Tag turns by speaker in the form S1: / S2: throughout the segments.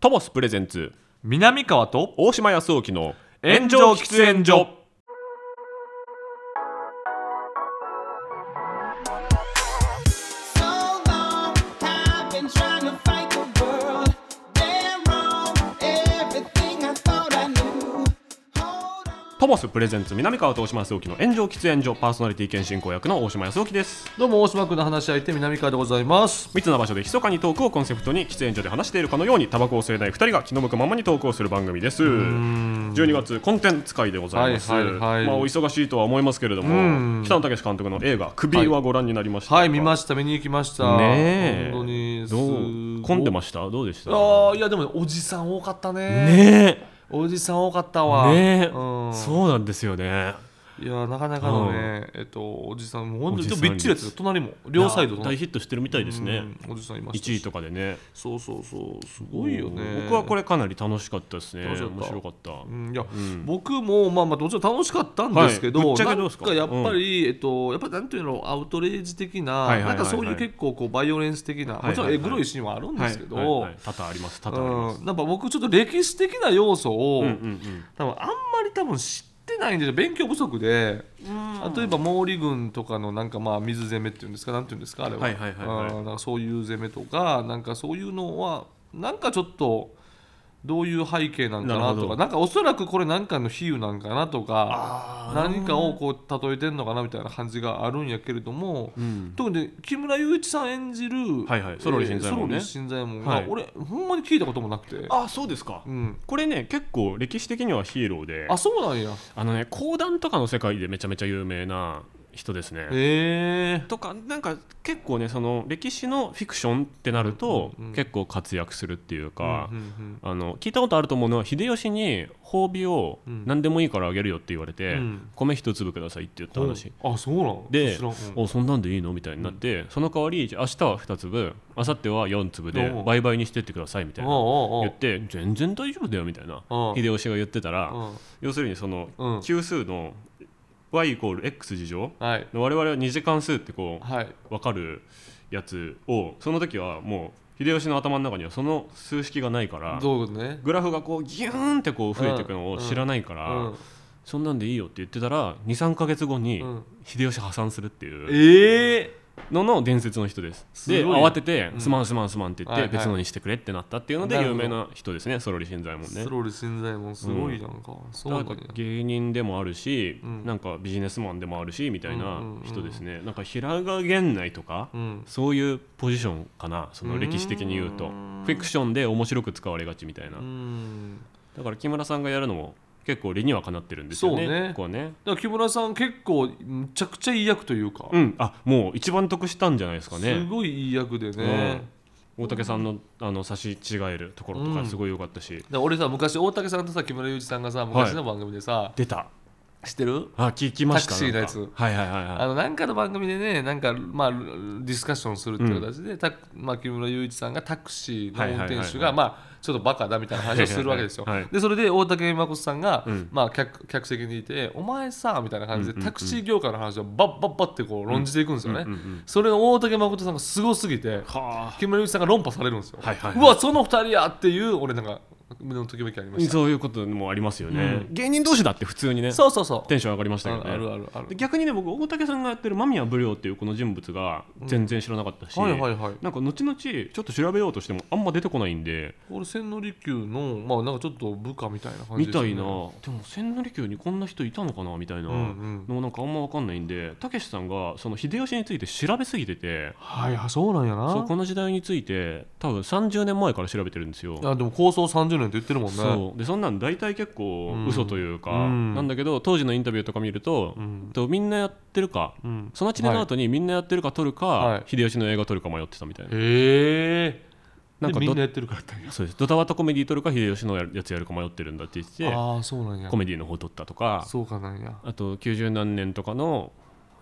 S1: トモスプレゼンツ
S2: 南川と
S1: 大島康沖の
S2: 炎上喫煙所
S1: トモスプレゼンツ南川と大島康沖の炎上喫煙所パーソナリティ研進行役の大島康沖です
S2: どうも大島君の話し相手南川でございます
S1: 密な場所で密かにトークをコンセプトに喫煙所で話しているかのようにタバコを吸えない2人が気の向くままにトークをする番組です12月コンテンツ会でございます、
S2: はいはいはい
S1: まあ、お忙しいとは思いますけれど
S2: うん
S1: も北野武監督の映画「首」はご覧になりましたか
S2: はい見ました見に行きました
S1: ねえ
S2: 本当に
S1: どう混んでま
S2: し
S1: したどうでした
S2: あーいやでもおじさん多かったね
S1: ね
S2: おじさん多かった
S1: え
S2: わ
S1: ねえ、
S2: うん
S1: そうなんですよね
S2: いやなかなかのねえっとおじさんもう本当に
S1: おじ
S2: でも
S1: さん
S2: びっちりやってた隣も両サイド
S1: いや大ヒットしてるみたいですね
S2: うんおじさんいましたし
S1: 1位とかでね
S2: そうそうそうすごいよね
S1: 僕はこ
S2: れ
S1: れかなり楽しかったですね面
S2: 楽しかった
S1: 白かった
S2: うんいや
S1: ん
S2: 僕もまあまあどちら楽しかったんですけど、
S1: はいぶっちゃ
S2: な
S1: けどうんですか
S2: かやっぱり、えっとやっぱなんていうのアウトレイジ的な、
S1: はいはいはいはい
S2: なんかそういう結構こうバイオレンス的な、
S1: いはいはい
S2: もちろんえぐろいシーンはあるんですけど、
S1: はいはいはい多々あります多々あります
S2: うん、なんか僕ちょっと歴史的な要素を、
S1: うんうん
S2: 多分あんまり多分知ってないんですよ勉強不足で、例えば毛利軍とかのなんかまあ水攻めっていうんですかなんていうんですかあれは,、
S1: はいはいはいはい
S2: うんなんかそういう攻めとかなんかそういうのはなんかちょっとどういう背景なんか
S1: な
S2: な
S1: るほ
S2: と
S1: ど
S2: かなんかおそらくこれ何かの比喩なんかなとか何かをこう例えてんのかなみたいな感じがあるんやけれども、
S1: うん
S2: 特に木村雄一さん演じる、
S1: はいはいソロリ新左衛門ね
S2: ソロリ新左衛門が、
S1: はい
S2: 俺ほんまに聞いたこともなくて。
S1: あそうですか
S2: うん、
S1: これね結構歴史的にはヒーローで
S2: あそうなんや。
S1: あのね講談とかの世界でめちゃめちゃ有名な人ですね
S2: え
S1: とかなんか結構ねその歴史のフィクションってなると
S2: うんうん
S1: 結構活躍するっていう
S2: え
S1: か
S2: うんうん
S1: あの聞いたことあると思うのは秀吉に褒美を
S2: うん
S1: 何でもいいからあげるよって言われて
S2: うん
S1: 米一粒くださいって言った話
S2: うんあそうなん
S1: で
S2: 知らん
S1: 「
S2: うん
S1: おそんなんでいいの?」みたいになって、その代わりじゃあ明日は2粒明後日は4粒で
S2: うん
S1: 倍々にしてってくださいみたい
S2: ああ
S1: な
S2: ああ
S1: 言って「全然大丈夫だよ」みたいな
S2: うん
S1: 秀吉が言ってたら
S2: う
S1: 要するにその
S2: うん
S1: 級数の y イコール x 事乗
S2: んはい
S1: の我々は2次関数ってこ
S2: はい。
S1: う分かるやつをその時はもう秀吉の頭の中にはその数式がないから。
S2: どういうことね。
S1: グラフがこうギューンってこう増えていくのを知らないから、
S2: うん
S1: そんなんでいいよって言ってたら23か月後に
S2: うん
S1: 秀吉破産するっていう、
S2: ええ
S1: のの伝説の人ですです
S2: ごい
S1: 慌てて「
S2: うん
S1: すまんすまんすまん」って言って
S2: はいはい
S1: 別のにしてくれってなったっていうので
S2: なる
S1: 有
S2: ほど
S1: 名な人ですねソロリ新左衛門ね
S2: スロール新左衛門すごいなんか。そうな
S1: なんんか
S2: や
S1: 芸人でもあるし
S2: うん
S1: なんかビジネスマンでもあるしみたいな
S2: うんうんうん
S1: 人ですねなんか平賀源内とか
S2: うん。
S1: そういうポジションかなその歴史的に言う
S2: う
S1: と
S2: ーん
S1: フィクションで面白く使われがちみたいな
S2: うん。
S1: だから木村さんがやるのも結構理にはかなってるんですよ
S2: そうね
S1: ねここはね
S2: だから木村さん結構むちゃくちゃいい役というか
S1: う。んあもう一番得したんじゃないですか
S2: す
S1: ね
S2: ごいいい役でね。
S1: 大竹さんのあの差し違えるところと
S2: う
S1: か
S2: ん
S1: すごい良かったし
S2: だから俺さ昔大竹さんとさ木村祐一さんがさ昔の番組でさ
S1: 出た
S2: 知ってる？
S1: あ聞きました
S2: タクシーのやつ
S1: なんかはいはいはい
S2: あ
S1: は
S2: のなんかの番組でねなんか、まあ、ルディスカッションするっていう形で、たまあ、木村雄一さんがタクシーの運
S1: はいはい
S2: 転
S1: はい
S2: 手
S1: はい
S2: が、まあ、ちょっとバカだみたいな話をするわけですよ。
S1: はいはいはい
S2: でそれで大竹まこさんが、
S1: うん
S2: まあ、客客席にいて「お前さ」みたいな感じ
S1: うんうん
S2: で
S1: うん
S2: タクシー業界の話をバッバッバッってこう論じていくんですよね。
S1: うんうんうん
S2: それを大竹まことさんがすごすぎて
S1: いは
S2: 木村雄一さんが論破されるんですよ。
S1: はいはいはいう
S2: わその二人やっていう俺なんか胸のときめきありま
S1: あ
S2: した。
S1: そういうこともありますよね、芸人同士だって普通にね
S2: そうそうそう。
S1: テンション上がりましたけど
S2: あ
S1: ね
S2: あるあるある
S1: で。逆にね僕大竹さんがやってる間宮武良っていうこの人物が全然知らなかったし、
S2: はいはいはい。
S1: なんか後々ちょっと調べようとしてもあんま出てこないんで
S2: 俺千利休のまあなんかちょっと部下みたいな感
S1: み
S2: じです
S1: た
S2: よ
S1: い
S2: ね
S1: なでも千利休にこんな人いたのかなみたいな
S2: うんうん
S1: のもなんかあんま分かんないんでたけしさんがその秀吉について調べすぎてて
S2: はいあそうなんやな
S1: そうこの時代について多分30年前から調べてるんですよ。
S2: あでも構想30年って言ってるもんね
S1: そうでそんなん大体結構
S2: うん
S1: 嘘というか、
S2: うん
S1: なんだけど当時のインタビューとか見ると,、
S2: ん
S1: とみんなやってるか
S2: うん
S1: その一年の後にみんなやってるか撮るか、
S2: はい
S1: 秀吉の映画撮るか迷ってたみたいな
S2: へえ
S1: なんかど
S2: みんなやってるからやったんや
S1: そうですドタバタコメディ撮るか秀吉のやつやるか迷ってるんだって言って
S2: ああそうなんや
S1: コメディの方撮ったとか
S2: そうかなんや
S1: あと90何年とかの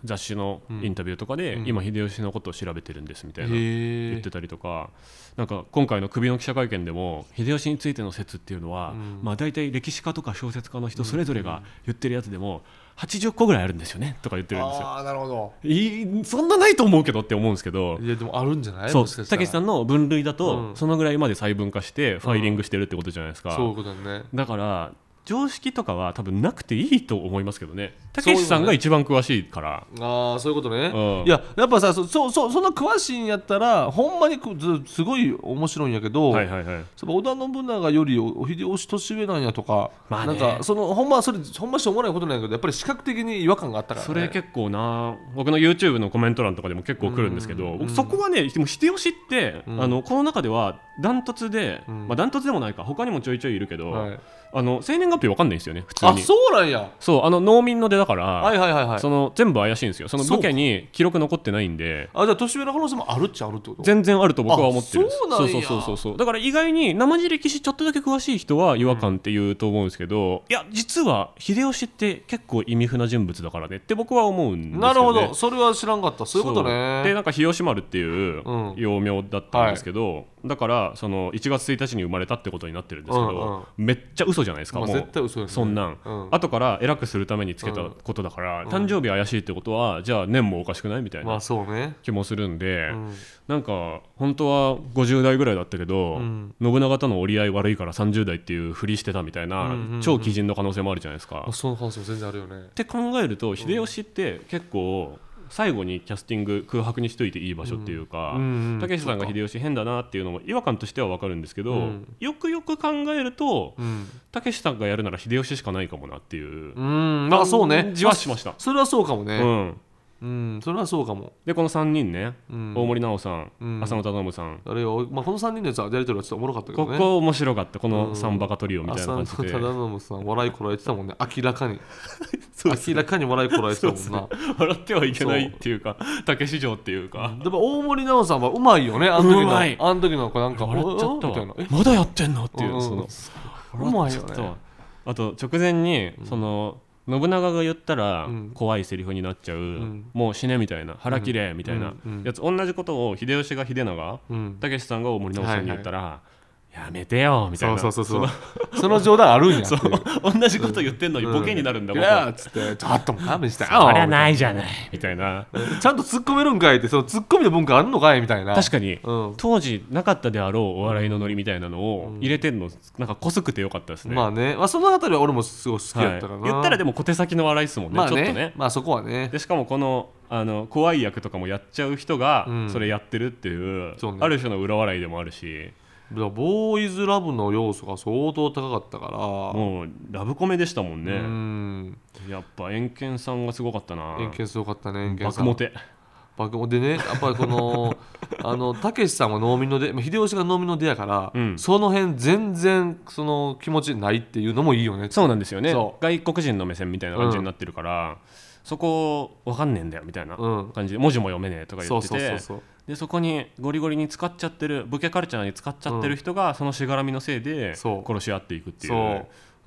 S1: 雑誌のインタビューとかで、
S2: うん
S1: 今秀吉のことを調べてるんですみたいな言
S2: 言
S1: ってたりとかなんか今回の首の記者会見でも秀吉についての説っていうのは、
S2: うん
S1: まあ、大体歴史家とか小説家の人それぞれが言ってるやつでも80個ぐらいあるんですよねとか言ってるんですよ。
S2: ああなるほど
S1: いいそんなないと思うけどって思うんですけど。
S2: いやでもあるんじゃない
S1: そう
S2: もしかしたら
S1: けしさんの分類だと、
S2: うん
S1: そのぐらいまで細分化してファイリングしてるってことじゃないですか、
S2: そういうことだね
S1: だから常識とかは多分なくていいと思いますけどねた
S2: そう
S1: け
S2: いうことね
S1: しさんが一番詳しいから
S2: ああそういうことね、
S1: うん
S2: いややっぱさそそうそうそんな詳しいんやったらほんまにくずすごい面白いんやけど、
S1: はいはいはい
S2: その織田信長よりお秀吉年上なんやとか、
S1: まあ
S2: な
S1: ね
S2: んかそのほんまそれほんましょうもないことなんやけどやっぱり視覚的に違和感があったから、ね、
S1: それ結構な僕の YouTube のコメント欄とかでも結構来るんですけど、
S2: うん
S1: 僕そこはねでも秀吉って、
S2: うん
S1: あのこの中ではダントツで、
S2: うん
S1: まあ、ダントツでもないか他にもちょいちょいいるけど、
S2: はい、
S1: あの生年月日わかんないんですよね普通
S2: あ
S1: に
S2: そうなんや
S1: そうあの農民の出だから、
S2: はいはいはいはい
S1: その全部怪しいんですよその
S2: そう
S1: 武
S2: か
S1: 家に記録残ってないんで
S2: あじゃあ年上の可能性もあるっちゃあるってこと
S1: 全然あると僕は思ってるんです
S2: あそうなんや
S1: そうそうそうそうだから意外に生地歴史ちょっとだけ詳しい人は違和感って言うと思うんですけど、いや実は秀吉って結構意味不な人物だからねって僕は思うんですよ、ね、
S2: なるほどそれは知らんかったそういうこと
S1: そ
S2: ね
S1: うでなんか日吉丸っていう
S2: うん
S1: 幼名だったんですけど、だからその1月1日に生まれたってことになってるんですけど、めっちゃ嘘じゃないですか、
S2: まあ
S1: もう
S2: 絶対嘘やね
S1: そんなん、
S2: うん
S1: 後から偉くするためにつけたことだから、誕生日怪しいってことはじゃあ年もおかしくないみたい
S2: ま
S1: な
S2: あそうね
S1: 気もするんで、
S2: うん
S1: なんか本当は50代ぐらいだったけど、
S2: うん
S1: 信長との折り合い悪いから30代っていうふりしてたみたいな、
S2: うんうんうん
S1: 超鬼人の可能性もあるじゃないですか。
S2: あその可能性も全然あるよね
S1: って考えると秀吉って結構最後にキャスティング空白にしといていい場所っていうか
S2: うんうん
S1: たけしさんが秀吉変だなっていうのも違和感としては分かるんですけど、
S2: うん
S1: よくよく考えると
S2: うん
S1: たけしさんがやるなら秀吉しかないかもなっていう
S2: うんまあそうね
S1: 感じはしました。
S2: それはそうかも
S1: う
S2: ね
S1: ん、
S2: うんそれはそうかも
S1: でこの3人ね、
S2: うん
S1: 大森奈緒さん、
S2: うん
S1: 浅野忠信さん
S2: あれよまあこの3人のやつはやりとりはちょっとおもろかったけ
S1: こ
S2: どね
S1: こ面白かったこ
S2: う
S1: の
S2: ん
S1: 三バカトリオみたいな
S2: 浅
S1: 感
S2: 野
S1: じで、
S2: 忠信さん笑いこらえてたもんね明ら かに
S1: そうです
S2: 明らかに笑いこらえてたもんな
S1: 笑ってはいけないっていうかたけし城っていうか、
S2: でも大森奈緒さんはうまいよねあの
S1: う
S2: 時の
S1: まい
S2: あの時の子なんか
S1: 笑っちゃった
S2: みたい
S1: わ
S2: なえ
S1: まだやってんのっていう、
S2: うん
S1: その
S2: うまい
S1: ち
S2: よ
S1: ょっ
S2: ね
S1: とあと直前に、その信長が言ったら
S2: うん
S1: 怖いセリフになっちゃう、
S2: ん
S1: もう死ねみたいな腹切れみたいな
S2: うんうん
S1: やつ、同じことを秀吉が秀長
S2: うん
S1: たけしさんが大森直さんに言ったら、やめてよみたい
S2: そう
S1: な
S2: そうそうそうその冗談あるんやっていう
S1: 同じこと言ってんのにボケになるんだ
S2: い
S1: もん、
S2: やーっつってちょっともう勘弁して
S1: あれはないいじゃないみたいな
S2: ちゃんと突っ込めるんかいってその突っ込みの文化あるのかいみたいな
S1: 確かに、
S2: うん
S1: 当時なかったであろうお笑いのノリみたいなのを入れてんのなんかこすくてよかったですね、
S2: まあね、まあ、そのあたりは俺もすごい好きやったからな、
S1: はい言ったらでも小手先の笑いですもんね,、
S2: まあ
S1: ちょっ
S2: ね
S1: とね
S2: まあそこはね
S1: でしかもこのあの怖い役とかもやっちゃう人が
S2: うん
S1: それやってるっていう、
S2: そうね
S1: ある種の裏笑いでもあるし
S2: だからボーイズラブの要素が相当高かったから
S1: もうラブコメでしたもん
S2: う
S1: ね、
S2: ん
S1: やっぱ円剣さんがすごかったな
S2: 円形すごかったね円形
S1: 爆
S2: さん
S1: モテ
S2: 爆モテでねやっぱりこ のあのたけしさんは農民の出まあ秀吉が農民の出やから、
S1: うん
S2: その辺全然その気持ちないっていうのもいいよね
S1: そうなんですよね
S2: そ
S1: 外国人の目線みたいな感じになってるから、そこわかんねえんだよみたいな
S2: うん
S1: 感じで、文字も読めねえとか言
S2: そう
S1: って
S2: そうそう
S1: て
S2: そう
S1: でそこにゴリゴリに使っちゃってる武家カルチャーに使っちゃってる人が、そのしがらみのせいで
S2: そう
S1: 殺し合っていくっていう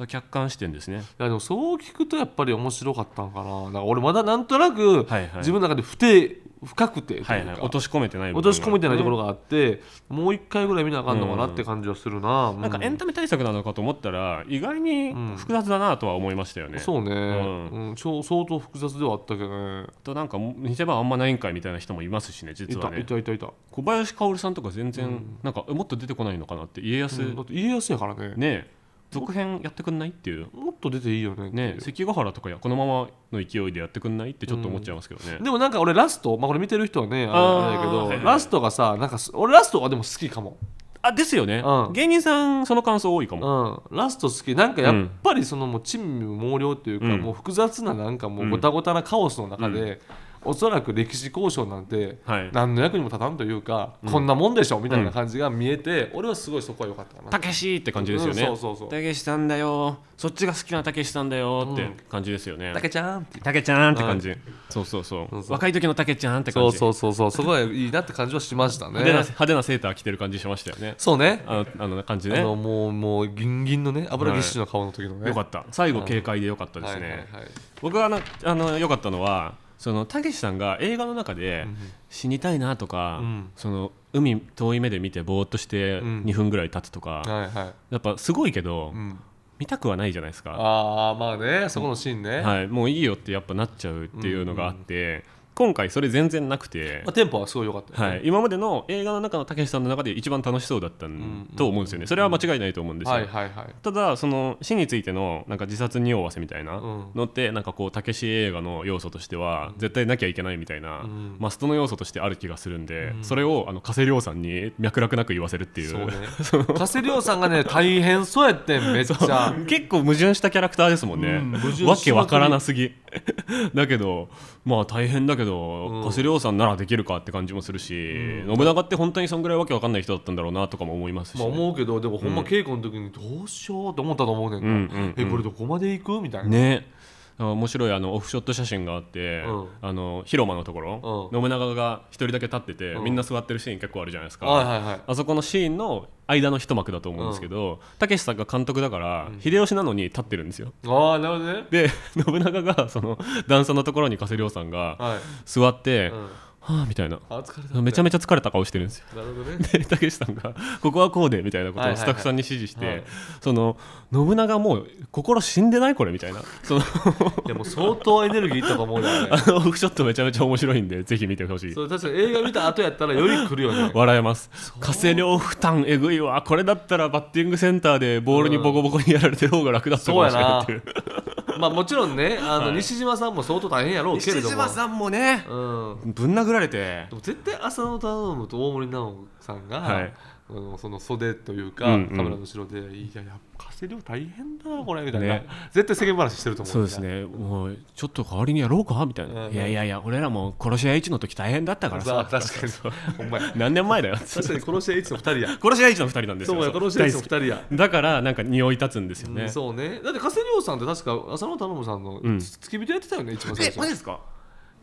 S1: 客観視点ですね
S2: いやでもそう聞くとやっぱり面白かったんかななんか俺まだなんとなく
S1: はいはい
S2: 自分の中で不定深くてというか、
S1: はい、はい、落とし込めてない部分が
S2: 落とし込めてないところがあって、もう一回ぐらい見なあかんのかなって感じはするな、う
S1: なんかエンタメ対策なのかと思ったら意外に複雑だなとは思いましたよね、
S2: そうね、
S1: ん
S2: うんちょ相当複雑ではあったけどね
S1: となんか見せ場あんまないんかいみたいな人もいますしね
S2: い
S1: 実
S2: た
S1: はね
S2: いたいたいた、
S1: 小林薫さんとか全然、なんかえもっと出てこないのかなって家康、
S2: うんだって家康やからね
S1: ねえ続編やってくんないっていう
S2: もっと出ていいよねっていう
S1: ねえ関ヶ原とかやこのままの勢いでやってくんないってちょっと思っちゃいますけどね、
S2: でもなんか俺ラスト、まあ、これ見てる人はねあれ
S1: あー
S2: あれだけど、
S1: はいはい
S2: ラストがさなんかす俺ラストはでも好きかも、
S1: あですよね、
S2: うん
S1: 芸人さんその感想多いかも、
S2: うん、ラスト好きなんかやっぱりそのもう珍味毛量というか、
S1: うん
S2: もう複雑ななんかも
S1: う
S2: うんごたごたなカオスの中で、おそらく歴史交渉なんて
S1: はい
S2: 何の役にも立たんというか、こんなもんでしょみたいな感じが見えて、俺はすごいそこは良かったかな
S1: たけしって感じですよね、
S2: うんそうそうそう
S1: たけしさんだよそっちが好きなたけしさんだよって
S2: うん
S1: 感じですよね、
S2: たけちゃんって
S1: たけちゃんって感じ、そうそうそう
S2: そうそう
S1: 若い時のたけちゃんって
S2: そ
S1: 感
S2: う
S1: じ
S2: そうそうそうそこがいいなって感じはしましたね
S1: 派手な派手なセーター着てる感じしましたよね
S2: そうね
S1: あのあの感じ
S2: あ
S1: ね
S2: の
S1: よ
S2: もうもうギンギンのね油ぎっしりの顔の時のね、
S1: かった最後軽快でよかったです
S2: はい
S1: ね、
S2: はいはい
S1: 僕があのあのよかったのはそのたけしさんが映画の中で
S2: うん
S1: 死にたいなとか、
S2: うん
S1: その海遠い目で見てぼーっとして
S2: うん
S1: 2分ぐらい経つとか、
S2: はいはい、
S1: やっぱすごいけど、
S2: うん、
S1: 見たくはないじゃないですか、
S2: ああまあねそこのシーンね、ま
S1: はい、もういいよってやっぱなっちゃうっていうのがあって、今回それ全然なくて
S2: あ、、テンポはすごい良かったよね、
S1: はい、今までの映画の中のたけしさんの中で一番楽しそうだったん
S2: んうん
S1: と思うんですよねそれは間違いないと思うんですよ、
S2: はいはいはい
S1: ただその死についてのなんか自殺におわせみたいな
S2: うん
S1: のってなんかこうたけし映画の要素としては絶対なきゃいけないみたいな、
S2: うん
S1: マストの要素としてある気がするんで、
S2: うん
S1: それをあの加瀬亮さんに脈絡なく言わせるっていう
S2: そう ね加瀬亮さんがね大変そうやってんめっちゃ
S1: 結構矛盾したキャラクターですもんね
S2: うん矛盾しまく、り
S1: わけわからなすぎ だけどまあ大変だけど、
S2: うん
S1: 加瀬亮さんならできるかって感じもするし、
S2: うん
S1: 信長って本当にそんぐらいわけわかんない人だったんだろうなとかも思いますし
S2: まあ
S1: ね、
S2: 思うけどでもほんま稽古の時にどうしようと思ったと思うねんな、
S1: うんうんうん
S2: えこれどこまで行くみたいな、
S1: ねだから面白いあのオフショット写真があって、
S2: うん
S1: あの広間のところ、
S2: う
S1: 信長が一人だけ立ってて、
S2: うん
S1: みんな座ってるシーン結構あるじゃないですか、
S2: はいはいはい
S1: あそこのシーンの間の一幕だと思うんですけどたけしさんが監督だから、秀吉なのに立ってるんですよ
S2: ああなるほどね
S1: で 信長がその段差のところに加瀬亮さんが
S2: はい、
S1: 座って、
S2: うん、
S1: はあみたいな
S2: あ疲れた
S1: めちゃめちゃ疲れた顔してるんですよ
S2: なるほどね
S1: でたけしさんが「ここはこうで」みたいなこと
S2: はい
S1: を
S2: はいはい
S1: スタッフさんに指示して、
S2: はい
S1: その信長もう心死んでないこれみたいなその
S2: いやもう相当エネルギーいったと思うよ ね
S1: あのオフショットめちゃめちゃ面白いんでぜひ見てほしい
S2: それ確かに映画見た後やったらより来るよね
S1: 笑えます加瀬亮負担えぐいわこれだったらバッティングセンターでボールにボコボコにやられてる方が楽だったかもしれないっていう
S2: まあもちろんねあの、
S1: はい
S2: 西島さんも相当大変 やろうけれども
S1: んもね
S2: うん
S1: ぶん殴られて
S2: でも絶対浅野頼むと大森奈緒さんが、
S1: はい
S2: あのその袖というか、
S1: うんうん
S2: カメラの後ろで「いやいや加瀬亮大変だなこれ」みたいな、
S1: ね
S2: 絶対世間話してると思う
S1: そうですねもうちょっと代わりにやろうかみたいな、
S2: うん
S1: いやいやいや俺らも殺し合い一の時大変だったから
S2: さ
S1: さ
S2: あ確かにほんま や
S1: 何年前だよって
S2: 確かに殺し屋いつの2人や
S1: 殺し合い一の二人なんですよ
S2: そうや殺し屋いつの2人や
S1: だからなんか匂い立つんですよ
S2: うん
S1: ね、
S2: そうねだって加瀬亮さんって確か浅野頼むさんの
S1: ん
S2: 付き人やってたよね、一番最初
S1: ですか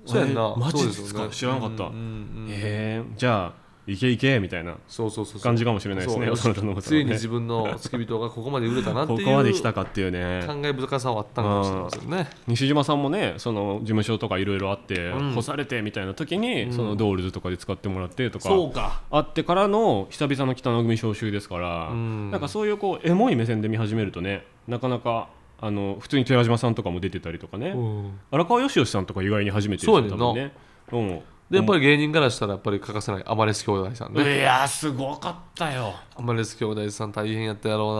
S2: そうやんな
S1: えマジですか
S2: そうよね
S1: 知らなかった
S2: うんうんうん
S1: へえじゃあいけいけみたいな
S2: そうそうそうそう
S1: 感じかもしれないですね
S2: そう
S1: 浅野頼むさんはね
S2: ついに自分の付き人がここまで売れたなってい
S1: こ
S2: う
S1: こまで来たかっていうね
S2: 感慨深さはあったのかもしれませんね
S1: 西島さんもねその事務所とかいろいろあって、
S2: ん
S1: 干されてみたいな時に、そのドールズとかで使ってもらってとか
S2: そうか
S1: あってからの久々の北の組招集ですから、
S2: ん
S1: なんかそういうこうエモい目線で見始めるとねなかなかあの普通に寺島さんとかも出てたりとかね、荒川よしよしさんとか意外に初めて
S2: そうやねん
S1: 多
S2: な
S1: 分ね。うん
S2: でやっぱり芸人からしたらやっぱり欠かせないアマレス兄弟さんね
S1: いやーすごかったよ
S2: アマレス兄弟さん大変やったや
S1: いや
S2: ろ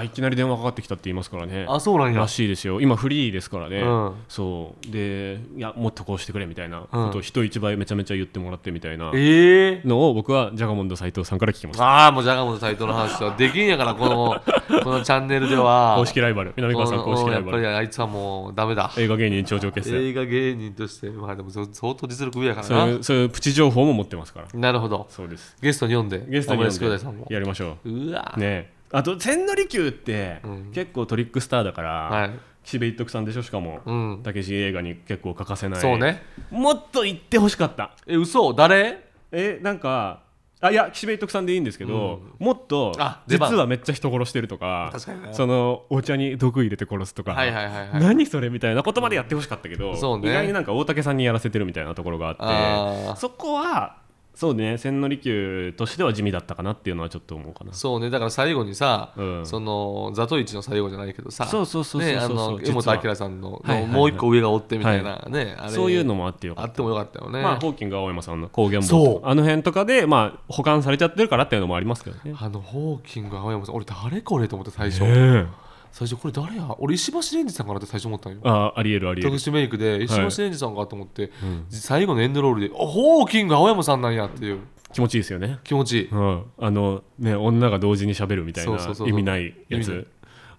S1: ーいきなり電話かかってきたって言いますからね
S2: うなあそうなんや
S1: らしいですよ今フリーですからね、
S2: うん
S1: そうでいやもっとこうしてくれみたいなことを人一倍めちゃめちゃ言ってもらってみたいな
S2: ええ
S1: のを僕はジャガモンド斉藤さんから聞きました
S2: ああもうジャガモンのタイトルの話はできんやからこ のこのチャンネルでは
S1: 公式ライバル南川さん
S2: この
S1: 公式ライ
S2: やっ
S1: バ
S2: ぱり
S1: ル
S2: あいつはもうダメだ
S1: 映画芸人頂上決戦
S2: 映画芸人としてまあでもそ相当実力上やか
S1: そうい
S2: らな
S1: うそういうプチ情報も持ってますから
S2: なるほど
S1: そうです
S2: ゲストに読んで
S1: ゲスト
S2: ア
S1: に
S2: マレ
S1: 呼
S2: ス兄
S1: ん
S2: 弟さんも
S1: でやりましょ
S2: うわ
S1: うねあと千利休って
S2: うん
S1: 結構トリックスターだから、
S2: はい
S1: 岸辺一徳さんでしょしかも、
S2: うん
S1: たけし映画に結構欠かせない
S2: そうね
S1: もっと言ってほしかった
S2: え嘘誰
S1: えなんかあいや岸辺一徳さんでいいんですけど、もっと
S2: あ出
S1: 実
S2: 番
S1: はめっちゃ人殺してるとか
S2: 確かにね
S1: そのお茶に毒入れて殺すとか、
S2: はいはいはいはい
S1: 何それみたいなことまでやってほしかったけど、
S2: んそうね
S1: 意外になんか大竹さんにやらせてるみたいなところがあって
S2: あー
S1: そこはそうね千利休としては地味だったかなっていうのはちょっと思うかな
S2: そうねだから最後にさ、
S1: うん
S2: そのザトイチの最後じゃないけどさ
S1: そうそうそうそうそう
S2: ねあの
S1: 実
S2: 江
S1: は
S2: 本明さんの、
S1: はいはいはい
S2: もう一個上がおってみたいな、ねあれ
S1: そういうのもあってよか
S2: あ
S1: っ
S2: ってもよかったよ
S1: た、
S2: ね、
S1: まあホーキング青山さんの高原
S2: そ
S1: 本
S2: う
S1: あの辺とかでまあ保管されちゃってるからっていうのもありますけどね
S2: あのホーキング青山さん俺誰これと思って最初、
S1: え
S2: 最初これ誰や俺石橋蓮司さんかなって最初思ったんよ
S1: あありえるありえ
S2: 特
S1: る
S2: 殊メイクで石橋蓮司さんかと思って、最後のエンドロールであホーキング青山さんなんやっていう
S1: 気持ちいいですよね
S2: 気持ちいい
S1: うん、あのね女が同時に喋るみたいな
S2: そうそうそうそう
S1: 意味ないや
S2: 意味ない
S1: つ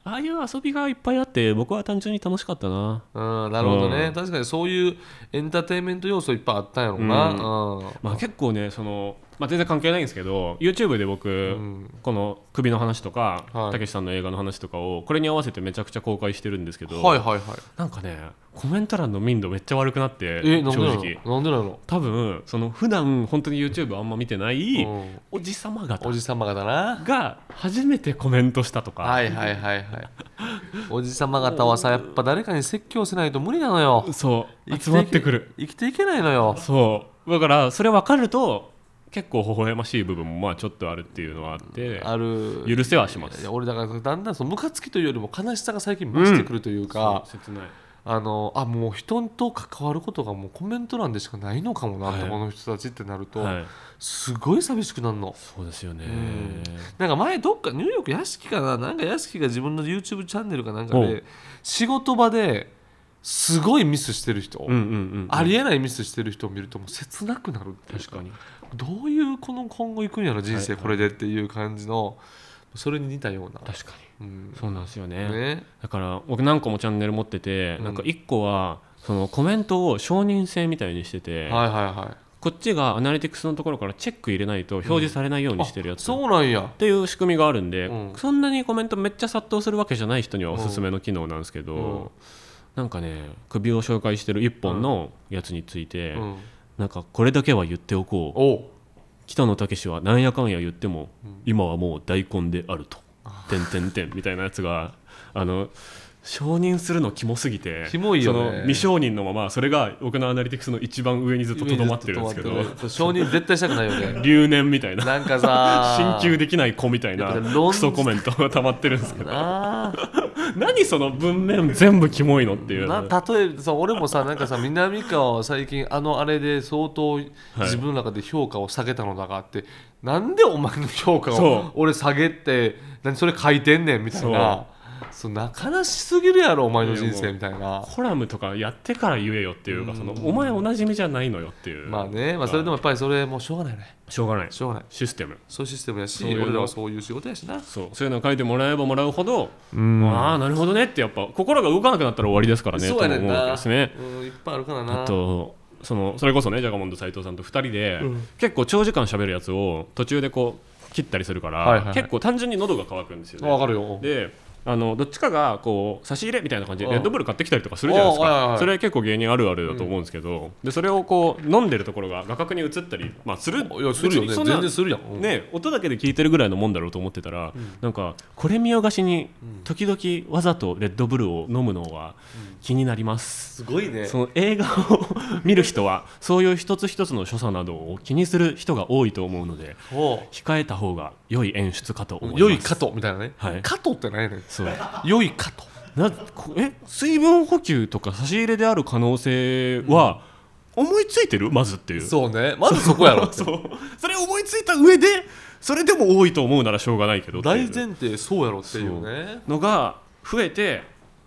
S1: ああいう遊びがいっぱいあって僕は単純に楽しかったな、
S2: うん、なるほどね、
S1: うん
S2: 確かにそういうエンターテインメント要素いっぱいあったんやろうな、うん
S1: まあ、結構ねその、まあ、全然関係ないんですけど YouTube で僕、
S2: ん
S1: この首の話とか
S2: はい
S1: たけしさんの映画の話とかをこれに合わせてめちゃくちゃ公開してるんですけど、
S2: はいはいはい
S1: なんかねコメント欄の民度めっちゃ悪くなって
S2: えなんで
S1: 正
S2: なの
S1: 直
S2: なんでなの
S1: 多分その普段本当に YouTube あんま見てない
S2: うん
S1: おじさま
S2: お
S1: 方
S2: じさまがだな
S1: が初めてコメントしたとか、
S2: はいはいはいはいおじさま方はさやっぱ誰かに説教せないと無理なのよ
S1: そう
S2: 生 き
S1: 集まってくる
S2: 生きていけないのよ
S1: そうだからそれ分かると結構微笑ましい部分もまあちょっとあるっていうのはあって
S2: ある
S1: 許せはします
S2: いや俺だからだんだんそのムカつきというよりも悲しさが最近増してくるというか、
S1: そう切ない
S2: あのあもう人と関わることがもうコメント欄でしかないのかもなって、
S1: はい
S2: この人たちってなると、
S1: はい
S2: すごい寂しくなるの
S1: そうですよね
S2: うんなんか前どっかニューヨーク屋敷かななんか屋敷が自分の YouTube チャンネルかなんか
S1: お
S2: で
S1: う
S2: 仕事場ですごいミスしてる人、
S1: うんうんうん
S2: ありえないミスしてる人を見るともう切なくなるっていう
S1: 確かに
S2: どういうこの今後行くんやろ人生
S1: はい
S2: これでっていう感じのそれに似たような、
S1: 確か
S2: うん
S1: にそうなんですよね
S2: ね、
S1: だから僕何個もチャンネル持ってて、
S2: うん
S1: なんか1個はそのコメントを承認制みたいにしてて、
S2: はいはいはい
S1: こっちがアナリティクスのところからチェック入れないと表示されないようにしてるやつ、っ
S2: そうなんや
S1: ていう仕組みがあるんで、
S2: うん
S1: そんなにコメントめっちゃ殺到するわけじゃない人にはおすすめの機能なんですけど、
S2: うん
S1: なんかね首を紹介してる1本のやつについて、
S2: うん、
S1: なんかこれだけは言っておこう
S2: おう
S1: 北野武はなんやかんや言っても、今はもう大根であると「てんてんてん」みたいなやつがあの承認するのキモすぎて
S2: キモいよね
S1: その未承認のままそれが僕のアナリティクスの一番上にずっととどまってるんですけど
S2: とどまってる承認絶対したくないよ ね
S1: 留年みたいな
S2: なんかさ
S1: 進級できない子みたい
S2: や
S1: な
S2: っぱ論
S1: クソコメントが溜まってるんですけど
S2: なあ
S1: 何その文面全部キモいのっていう
S2: な例えばさ俺もさなん かさ南川は最近あのあれで相当自分の中で評価を下げたのだがあって、なんでお前の評価
S1: そ
S2: を
S1: う
S2: 俺下げて何それ書いてんねんみたいなそうな悲しすぎるやろお前の人生みたいな
S1: コラムとかやってから言えよっていうかその
S2: うん
S1: お前おなじみじゃないのよっていう
S2: まあね、まあ、それでもやっぱりそれもうしょうがないよね
S1: しょうがない
S2: しょうがない
S1: システム
S2: そういうシステムやし
S1: そういうの
S2: 俺らはそういう仕事やしな
S1: そうそういうのを書いてもらえばもらうほど
S2: うん
S1: ああなるほどねってやっぱ心が動かなくなったら終わりですからね
S2: そうやねん
S1: と思うわけ
S2: な
S1: ですね
S2: うん、いっぱいあるからな
S1: あとそのそれこそねジャガモンド斎藤さんと2人で、結構長時間喋るやつを途中でこう切ったりするから、
S2: はいはいはい
S1: 結構単純に喉が渇くんですよ
S2: あわ
S1: ね
S2: かるよ
S1: であのどっちかがこう差し入れみたいな感じで
S2: うん
S1: レッドブル買ってきたりとかするじゃないです
S2: おうはいはいは
S1: か
S2: い
S1: それは結構芸人あるあるだと思うんですけど、でそれをこう飲んでるところが画角に映ったり、まあ、する
S2: いやする
S1: 別
S2: よ
S1: に
S2: ね
S1: そんな
S2: 全然するやん、うん
S1: ね、音だけで聞いてるぐらいのもんだろうと思ってたら、なんかこれ見よがしに時々わざとレッドブルを飲むのは気になります、
S2: すごいね
S1: その映画を見る人はそういう一つ一つの所作などを気にする人が多いと思うので
S2: おう
S1: 控えた方が良い演出かと思います
S2: 良い加藤みたいなね、
S1: はい
S2: 加藤ってないねん
S1: そう
S2: 良い加藤
S1: なこえ水分補給とか差し入れである可能性は思いついてるまずっていう
S2: そうねまずそこやろ
S1: そうそれ思いついた上でそれでも多いと思うならしょうがないけどってい
S2: 大
S1: う
S2: 前提そうやろっていうね
S1: のが増えて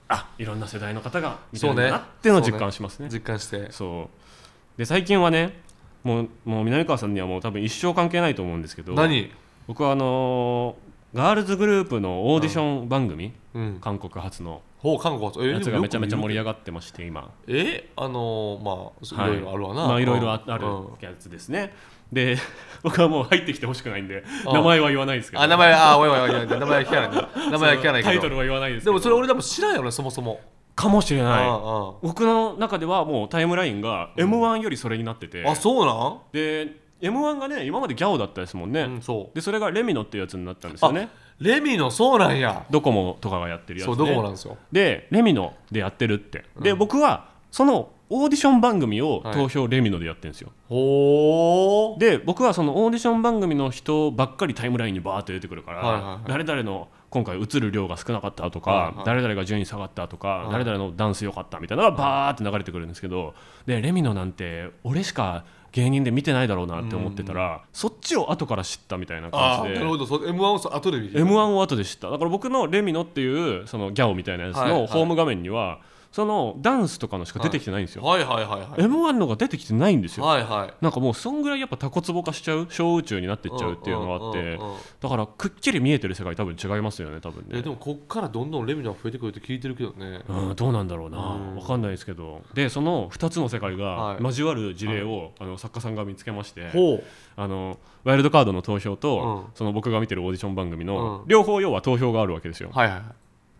S1: あいろんな世代の方が見て
S2: そ
S1: る
S2: うん
S1: だ
S2: ね
S1: なっていうのを実感しますねそう
S2: 実感して
S1: で最近はねもうもう南川さんにはもう多分一生関係ないと思うんですけど
S2: 何
S1: 僕はあのーガールズグループのオーディション番組、
S2: うん
S1: 韓国発の
S2: ほう韓国はえ
S1: やつがめちゃめちゃ盛り
S2: 上
S1: 上がってまして今
S2: えあのーまあそう
S1: はい
S2: いろいろあるわな
S1: まあ、いろいろあある
S2: うん
S1: やつですね、で 僕はもう入ってきてほしくないんで
S2: うん
S1: 名前は言わないですけど
S2: あ名前あおいおいおいおい名前は聞かないね名前は聞かないけ
S1: タ
S2: ど
S1: イトルは言わないですけ
S2: で
S1: ど
S2: もそれ俺でも知らんよねそもそも
S1: かもしれない
S2: あ
S1: 僕の中ではもうタイムラインが m 1よりそれになってて、
S2: ああそうな
S1: で m 1がね今までギャオだったですもんね、
S2: んうんそう
S1: でそれがレミノっていうやつになったんですよね
S2: レミのそうなんや
S1: ドコモとかがやってるやつ、
S2: そ
S1: ね、
S2: うどこもなんですよ
S1: でレミノでやってるって、で
S2: うん
S1: 僕はそのオーディション番組を
S2: はい
S1: 投票レミノでやってるんですよ、
S2: ほ
S1: で僕はそのオーディション番組の人ばっかりタイムラインにバーって出てくるから、
S2: はいはいは
S1: 誰々の今回映る量が少なかったとか、
S2: はいはい
S1: 誰々が順位下がったとか、
S2: い
S1: 誰々のダンス良かったみたいなのがバーって流れてくるんですけどでレミノなんて俺しか芸人で見てないだろうなって思ってたら、そっちを後から知ったみたいな
S2: うあ
S1: 感じ
S2: あな
S1: で
S2: る。ほどそう M1 をそう後で見る
S1: M1 を後で知っただから僕のレミノっていうそのギャオみたいなやつ
S2: はいは
S1: の
S2: い
S1: ホーム画面には、そのダンスとかのしか出てきてないんですよ、
S2: はいはいはいはい
S1: M1 のが出てきてないんですよ
S2: はいはい
S1: なんかもうそんぐらいやっぱタコツボ化しちゃう小宇宙になってっちゃうっていうのがあっ
S2: んうん
S1: て
S2: うんうん
S1: だからくっきり見えてる世界多分違いますよね多分
S2: え
S1: ね
S2: でもこっからどんどんレミナが増えてくるって聞いてるけどね
S1: うん、どうなんだろうな、
S2: うん
S1: わかんないですけどでその2つの世界
S2: は
S1: が
S2: い
S1: 交わる事例を、あの作家さんが見つけまして
S2: ほう
S1: あのワイルドカードの投票と、
S2: うん
S1: その僕が見てるオーディション番組の、
S2: うん
S1: 両方要は投票があるわけですよ
S2: はいはいはい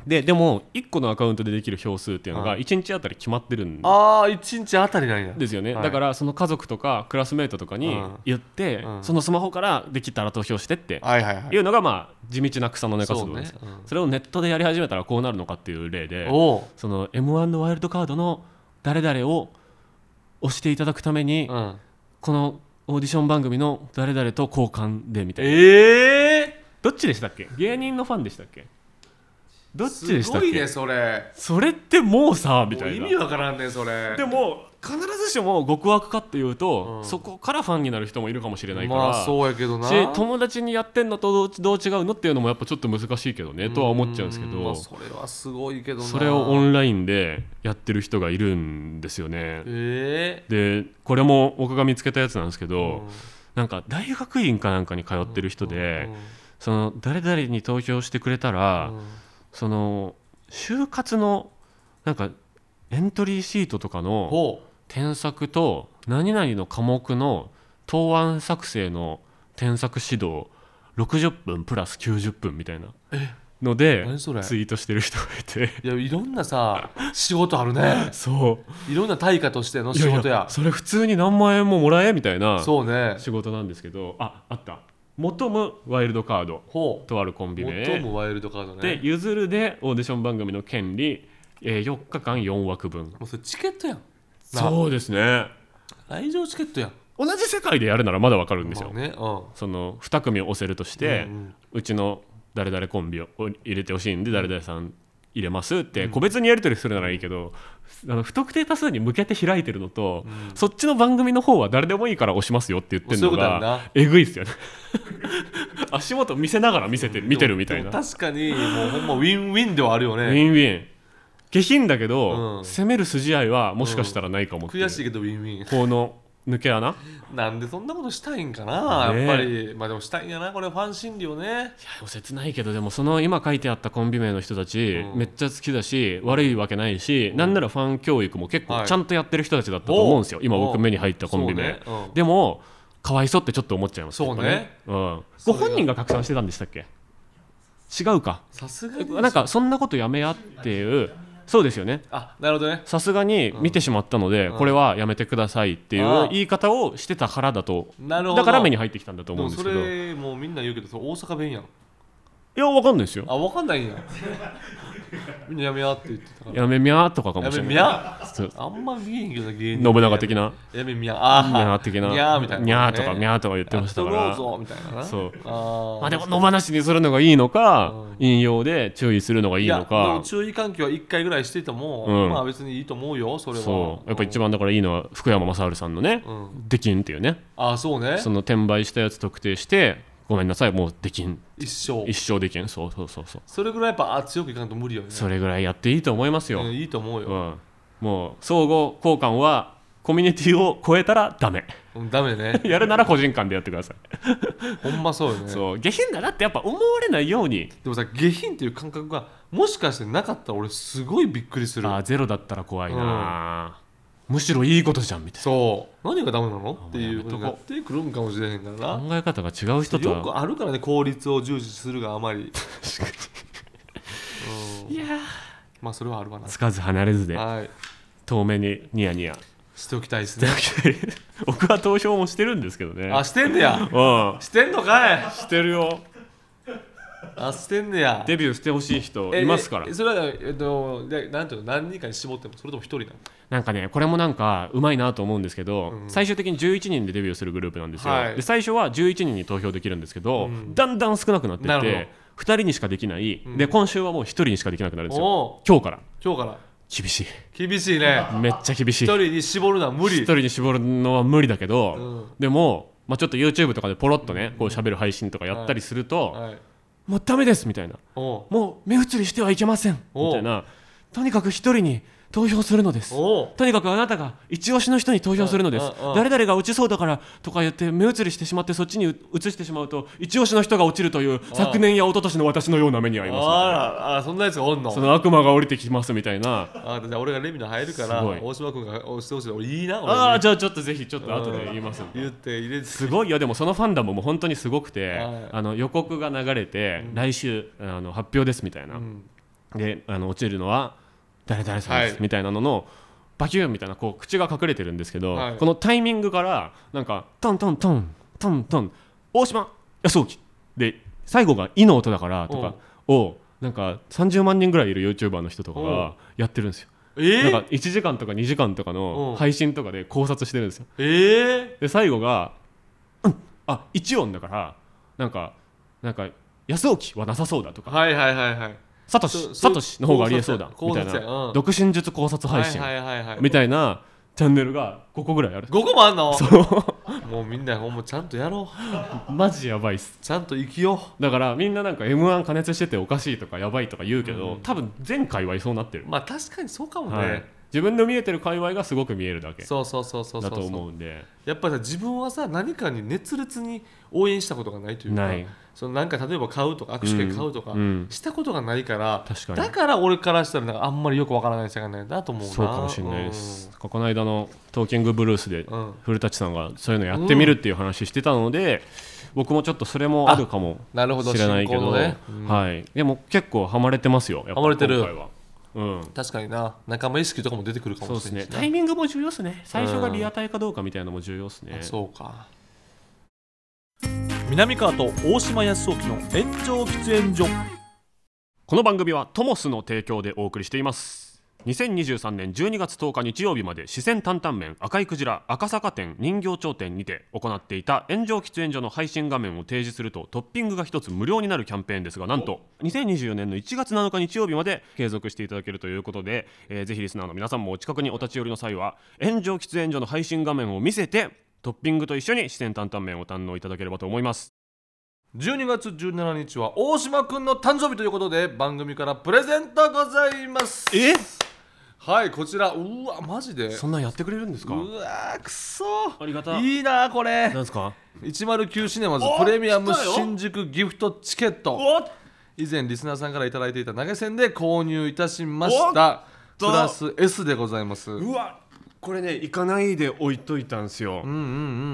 S1: ででも1個のアカウントでできる票数っていうのが
S2: はい
S1: 1日あたり決まってるん
S2: ああ1日あたりなんや
S1: ですよね、
S2: はい
S1: だからその家族とかクラスメートとかに
S2: うん
S1: 言って、
S2: うん
S1: そのスマホからできたら投票してって
S2: はいはいはい
S1: いうのがまあ地道な草の根活動です、
S2: そうねうん
S1: それをネットでやり始めたらこうなるのかっていう例で
S2: おう
S1: その m 1のワイルドカードの誰々を押していただくために、
S2: うん
S1: このオーディション番組の誰々と交換でみたいな
S2: ええ
S1: どっちでしたっけ芸人のファンでしたっけどっち
S2: す
S1: でしたっ
S2: ご
S1: け
S2: いねそれ
S1: それってもうさみ
S2: も
S1: た
S2: う
S1: い
S2: 意
S1: な
S2: 味わからんねそれ
S1: でも必ずしも極悪かっていうと、
S2: うん
S1: そこからファンになる人もいるかもしれないから、
S2: まあそうやけどな
S1: し友達にやってんのとどうどう違うのっていうのもやっぱちょっと難しいけどねとは思っちゃうんですけど、
S2: まあそれはすごいけどな
S1: それをオンラインでやってる人がいるんですよね。
S2: え
S1: でこれも僕が見つけたやつなんですけ
S2: え
S1: ど、なんか大学院かなんかに通ってる人で、その誰々に投票してくれたら、その就活のなんかエントリーシートとかの
S2: ほ
S1: 添削と何々の科目の答案作成の添削指導60分プラス90分みたいなので
S2: 何それ
S1: ツイートしてる人がいて
S2: ういやいろんなさ仕事あ るね
S1: そう
S2: いろんな対価としての仕
S1: い
S2: 事
S1: い
S2: や
S1: それ普通に何万円ももらえみたいな
S2: そうね
S1: 仕事なんですけどああった「求むワイルドカード
S2: ほ」う
S1: とあるコンビ名
S2: 最もワイルドカード
S1: で
S2: ね
S1: ゆずるでオーディション番組の権利、えー4日間4枠分
S2: もうそれチケットやん
S1: そうですね
S2: 来場チケットやん
S1: 同じ世界でやるならまだわかるんですよ、
S2: まあねう
S1: その2組を押せるとして、
S2: う
S1: うん
S2: うん
S1: ちの誰々コンビを入れてほしいんで誰々さん入れますって個別にやり取りするならいいけど、あの不特定多数に向けて開いてるのと、そっちの番組の方は誰でもいいから押しますよって言ってるの
S2: そういうことやん
S1: が
S2: な
S1: えぐいっすよね 足元見せながら見せて
S2: ん
S1: 見てるみたい
S2: で
S1: な
S2: も確かにもうほんまウィンウィンではあるよ
S1: ウ
S2: ね
S1: ィンウィン下品だけど、
S2: うん
S1: 攻める筋合いはもしかしたらないかもっていう、
S2: 悔しいけどウィンウィン
S1: この抜け穴
S2: なんでそんなことしたいんかな、
S1: ね
S2: やっぱりまあでもしたいんやなこれファン心理をね
S1: いや切ないけどでもその今書いてあったコンビ名の人たち、
S2: うん
S1: めっちゃ好きだし悪いわけないし、なんならファン教育も結
S2: は
S1: 構
S2: い
S1: ちゃんとやってる人たちだったと思うんですよ、
S2: おう
S1: 今
S2: おう
S1: 僕目に入ったコンビ名、
S2: そうねうん
S1: でもかわいそうってちょっと思っちゃいます
S2: そうね
S1: やっぱうん、
S2: そ
S1: ご
S2: れが
S1: 本人が拡散してたんでしたっけ違うか
S2: さすがに
S1: なんかそんなことやめやっていうそうですよね
S2: あなるほどね
S1: さすがに見てしまったので、
S2: ん
S1: これはやめてくださいってい
S2: ああ
S1: う言い方をしてたからだと
S2: なるほど
S1: だから目に入ってきたんだと
S2: で
S1: 思うんで
S2: も
S1: す
S2: そ
S1: けどい
S2: れもうみんな言うけどそれ大阪弁やん
S1: やわかんないですよ
S2: あわかんないん やみんなやめやって言ってたから
S1: やめみゃーとかかも
S2: や
S1: しれ
S2: め
S1: ない
S2: みゃ
S1: そう
S2: あんま見えへんけどな芸人
S1: 信長的な
S2: やめみゃあ
S1: にゃー的な
S2: にゃーみたいな
S1: にゃーとかみ
S2: ー
S1: ゃーとか言ってましたから
S2: ぞみたいなな
S1: そう
S2: あー
S1: まあでも野放しにするのがいいのか引用で注意するのがいい
S2: や
S1: の
S2: でも
S1: か
S2: 注意喚起は1回ぐらいしてても、
S1: うん
S2: まあ別にいいと思うよそれは
S1: そうやっぱ一
S2: 番、
S1: 番だからいいのは福山雅治さんのね
S2: うん
S1: 「できん」っていうね
S2: あそうね
S1: その転売したやつ特定して「ごめんなさいもうできん
S2: 一生
S1: 一生できん」そうそうそうそう
S2: それぐらいやっぱあ強くいかんと無理よね
S1: それぐらいやっていいと思いますよ
S2: うんいいと思う
S1: う
S2: よ、
S1: んもう相互交換はコミュニティを超えたらダメ
S2: うん、ダ メね
S1: やるなら個人間でやってください
S2: ほんまそうよね
S1: そう下品だなってやっぱ思われないように
S2: でもさ下品っていう感覚がもしかしてなかったら俺すごいびっくりする
S1: あーゼロだったら怖いな、むしろいいことじゃんみたい
S2: そう何がダメなのっていうことに
S1: や
S2: な
S1: めと
S2: っ
S1: こ
S2: てくるんかもしれへんから
S1: な
S2: な
S1: 考え方が違う人と
S2: よく
S1: は
S2: あるからね効率を重視するがあまりうん
S1: いやー
S2: まあそれはあるわな
S1: つかず離れずで
S2: はい
S1: 遠目にニヤニヤ
S2: しておきたいですね
S1: 僕は投票もしてるんですけどね
S2: あしてんねや
S1: うん
S2: してんのかい
S1: してるよ
S2: あしてんねや
S1: デビューしてほしい人
S2: え
S1: いますから
S2: えそれはえっとでなんていうの何人かに絞ってもそれとも一人なの
S1: なんかねこれもなんかうまいなと思うんですけど、
S2: ん
S1: 最終的に11人でデビューするグループなんですよ、
S2: はい
S1: で最初は11人に投票できるんですけど、
S2: うん
S1: だんだん少なくなって
S2: な
S1: っ
S2: るほ
S1: て2人にしかできない、
S2: ん
S1: で今週はもう1人にしかできなくなるんですよ
S2: おお
S1: 今日から
S2: 今日から
S1: 厳しい
S2: 厳しいね
S1: めっちゃ厳しい
S2: 一人に絞るのは無
S1: 一
S2: 理
S1: 人に絞るのは無理だけど、
S2: うん
S1: でも、まあ、ちょっと YouTube とかでポロッとねこう喋る配信とかやったりすると、
S2: はい
S1: もうダメですみたいな
S2: おう
S1: もう目移りしてはいけません
S2: おう
S1: みたいなとにかく一人に投票するのです
S2: おう
S1: とにかくあなたが一押しの人に投票するのです
S2: うんうんうん
S1: 誰々が落ちそうだからとか言って目移りしてしまってそっちに移してしまうと一押しの人が落ちるという昨年や一昨年の私のような目に遭いますみたいな
S2: あらあそんなやつがおんの
S1: その悪魔が降りてきますみたいな
S2: あじゃあ俺がレミの入るから
S1: すごい
S2: 大島君が押してほしい俺いいな俺
S1: ああじゃあちょっとぜひちょっと後で言いますんで
S2: 言って入れて
S1: すごいいやでもそのファンダムも本当にすごくて、
S2: はい
S1: あの予告が流れて、来週あの発表ですみたいな、であの落ちるのは誰々さんです、
S2: はい
S1: みたいなののバキューンみたいなこう口が隠れてるんですけど、
S2: はい
S1: このタイミングからなんかトントントントントン大島康興で最後が「い」の音だからとかをなんか30万人ぐらいいる YouTuber の人とかがやってるんですよ。
S2: え
S1: なん
S2: ー、
S1: か1時間とか2時間とか
S2: うん
S1: の配信とかで考察してるんですよ。
S2: えー、
S1: で最後が「うんあ一音だからなんかなんか安置きはなさそうだ」とか
S2: はいはいはいはい
S1: 「サトシ
S2: そ
S1: サトシの方がありえそうだ」
S2: 考
S1: みた
S2: 察
S1: い
S2: やう
S1: なん独身術考察配信
S2: はいはいはいはい
S1: みたいなチャンネルが5個ぐらいある
S2: 5個もあんの
S1: そう
S2: もうみんなほんまちゃんとやろう
S1: マジやばいっす
S2: ちゃんと生きよ
S1: だからみんななんか m 1加熱してておかしいとかやばいとか言うけど、多分全界隈そうなってる
S2: う、まあ確かにそうかもね、
S1: はい、自分の見えてる界隈がすごく見えるだけ
S2: そうそうそうそうそ
S1: だ
S2: う
S1: と思うんで
S2: やっぱりさ自分はさ何かに熱烈に応援したことがないというか
S1: ない
S2: そのなんか例えば買うとか握手券買うとか、
S1: うんうん
S2: したことがないから
S1: 確かに
S2: だから俺からしたらなんかあんまりよくわからない世界なんだと思うな
S1: そうかもしれないです、この間の「トーキングブルース」で
S2: うん
S1: 古舘さんがそういうのやってみるっていう話してたので、僕もちょっとそれもあるかも
S2: うんなるほど
S1: しれないけ
S2: 進
S1: ど、
S2: 行のね、
S1: はい、でも結構ハマれてますよやっぱ
S2: ハマれてる
S1: 今回は、うん、
S2: 確かにな仲間意識とかも出てくるか
S1: そう
S2: も
S1: で
S2: し
S1: すね
S2: れないしな
S1: タイミングも重要ですね最初がリアタイかどうかみたいなのも重要ですね、
S2: あそうか
S3: 南川と大島康雄の炎上喫煙所
S1: この番組はトモスの提供でお送りしています2023年12月10日日曜日まで四川担々麺赤いクジラ赤坂店人形町店にて行っていた炎上喫煙所の配信画面を提示するとトッピングが一つ無料になるキャンペーンですがなんと2024年の1月7日日曜日まで継続していただけるということで、えーぜひリスナーの皆さんもお近くにお立ち寄りの際は炎上喫煙所の配信画面を見せてトッピングと一緒に四川担々麺を堪能いただければと思います
S2: 12月17日は大島くんの誕生日ということで番組からプレゼントございます
S1: え
S2: はいこちらうーわマジで
S1: そんなんやってくれるんですか
S2: うわーくそ
S1: ありがた
S2: いいなーこれ
S1: なんですか
S2: 109シネマズ
S1: お
S2: プレミアム
S1: 来たよ
S2: 新宿ギフトチケット以前リスナーさんから頂いていた投げ銭で購入いたしましたプ
S1: おっと
S2: ラス S でございますうん
S1: うわこれね行かないで置いといたんですよ、
S2: うんう